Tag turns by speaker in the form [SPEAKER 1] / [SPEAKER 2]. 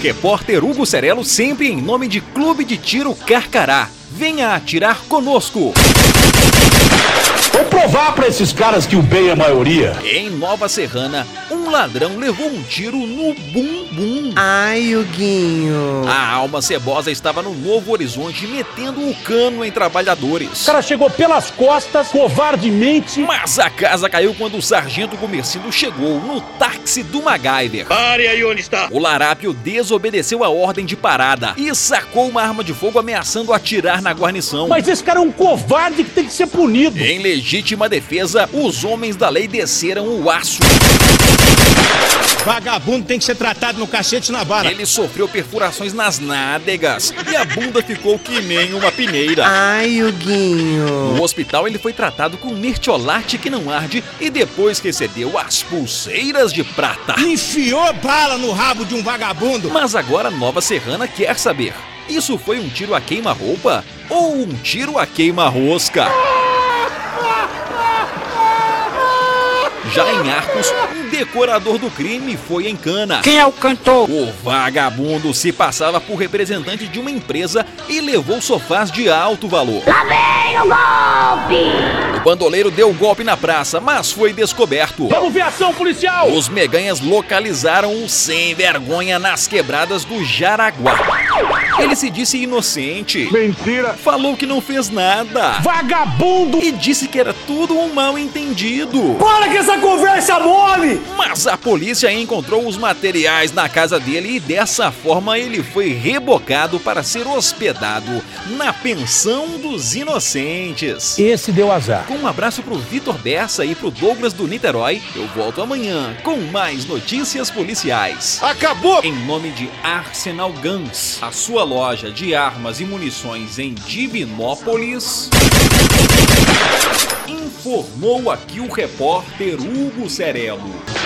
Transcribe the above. [SPEAKER 1] Repórter Hugo Cerelo sempre em nome de Clube de Tiro Carcará. Venha atirar conosco.
[SPEAKER 2] Vou provar pra esses caras que o bem é a maioria.
[SPEAKER 1] Em Nova Serrana, um ladrão levou um tiro no bumbum.
[SPEAKER 3] Ai, Huguinho.
[SPEAKER 1] A alma cebosa estava no Novo Horizonte metendo o cano em trabalhadores.
[SPEAKER 2] O cara chegou pelas costas, covardemente.
[SPEAKER 1] Mas a casa caiu quando o sargento Gomercindo chegou no táxi do MacGyver.
[SPEAKER 4] Pare aí onde está.
[SPEAKER 1] O larápio desobedeceu a ordem de parada e sacou uma arma de fogo ameaçando atirar na guarnição.
[SPEAKER 2] Mas esse cara é um covarde que tem que ser punido.
[SPEAKER 1] Em legítima defesa, os homens da lei desceram o aço.
[SPEAKER 5] Vagabundo tem que ser tratado no cacete na vara.
[SPEAKER 1] Ele sofreu perfurações nas nádegas e a bunda ficou que nem uma pineira.
[SPEAKER 3] Ai, Huguinho.
[SPEAKER 1] No hospital, ele foi tratado com mertiolate que não arde e depois recebeu as pulseiras de prata.
[SPEAKER 5] Enfiou bala no rabo de um vagabundo.
[SPEAKER 1] Mas agora Nova Serrana quer saber: isso foi um tiro a queima-roupa ou um tiro a queima-rosca? Já em Arcos, um decorador do crime foi em cana.
[SPEAKER 6] Quem é o cantor?
[SPEAKER 1] O vagabundo se passava por representante de uma empresa e levou sofás de alto valor. Lá vem o golpe! O bandoleiro deu golpe na praça, mas foi descoberto.
[SPEAKER 2] Vamos ver ação policial.
[SPEAKER 1] Os meganhas localizaram o sem vergonha nas quebradas do Jaraguá. Ele se disse inocente,
[SPEAKER 2] Mentira.
[SPEAKER 1] falou que não fez nada
[SPEAKER 2] Vagabundo.
[SPEAKER 1] e disse que era tudo um mal entendido.
[SPEAKER 2] Para com essa conversa mole.
[SPEAKER 1] Mas a polícia encontrou os materiais na casa dele e dessa forma ele foi rebocado para ser hospedado na pensão dos inocentes.
[SPEAKER 2] Esse deu azar.
[SPEAKER 1] Com um abraço pro Vitor Bessa e pro Douglas do Niterói, eu volto amanhã com mais notícias policiais.
[SPEAKER 5] Acabou.
[SPEAKER 1] Em nome de Arsenal Guns, a sua loja de armas e munições em Divinópolis. Informou aqui o repórter Hugo Cerelo.